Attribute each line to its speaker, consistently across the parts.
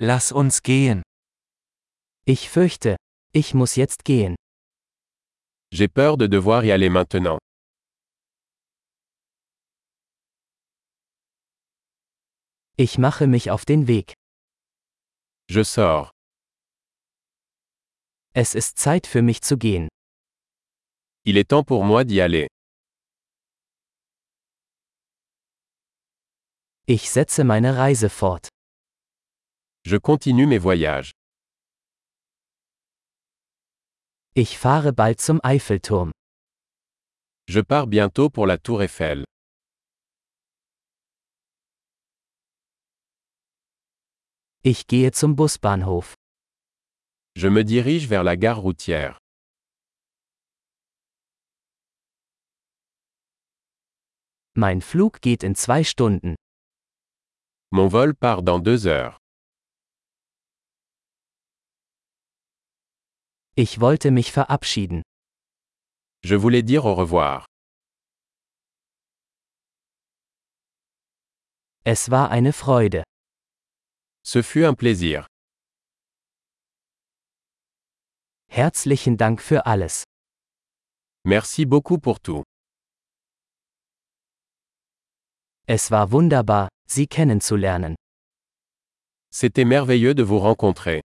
Speaker 1: Lass uns gehen.
Speaker 2: Ich fürchte, ich muss jetzt gehen.
Speaker 3: J'ai peur de devoir y aller maintenant.
Speaker 2: Ich mache mich auf den Weg.
Speaker 3: Je sors.
Speaker 2: Es ist Zeit für mich zu gehen.
Speaker 3: Il est temps pour moi d'y aller.
Speaker 2: Ich setze meine Reise fort.
Speaker 3: Je continue mes voyages.
Speaker 2: Ich fahre bald zum Eiffelturm.
Speaker 3: Je pars bientôt pour la tour Eiffel.
Speaker 2: Ich gehe zum Busbahnhof.
Speaker 3: Je me dirige vers la gare routière.
Speaker 2: Mein Flug geht in zwei Stunden.
Speaker 3: Mon vol part dans deux heures.
Speaker 2: Ich wollte mich verabschieden.
Speaker 3: Je voulais dire au revoir.
Speaker 2: Es war eine Freude.
Speaker 3: Ce fut un plaisir.
Speaker 2: Herzlichen Dank für alles.
Speaker 3: Merci beaucoup pour tout.
Speaker 2: Es war wunderbar, Sie kennenzulernen.
Speaker 3: C'était merveilleux de vous rencontrer.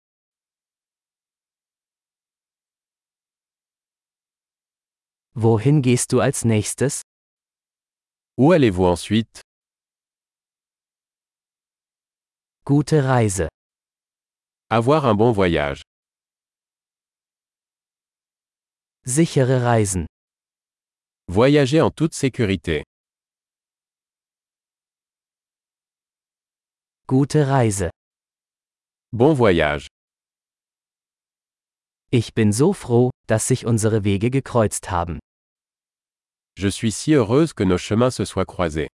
Speaker 2: Wohin gehst du als nächstes?
Speaker 3: Où allez-vous ensuite
Speaker 2: Gute Reise.
Speaker 3: Avoir un bon voyage.
Speaker 2: Sichere Reisen.
Speaker 3: Voyager en toute sécurité.
Speaker 2: Gute Reise.
Speaker 3: Bon voyage.
Speaker 2: Ich bin so froh, dass sich unsere Wege gekreuzt haben.
Speaker 3: Je suis si heureuse que nos chemins se soient croisés.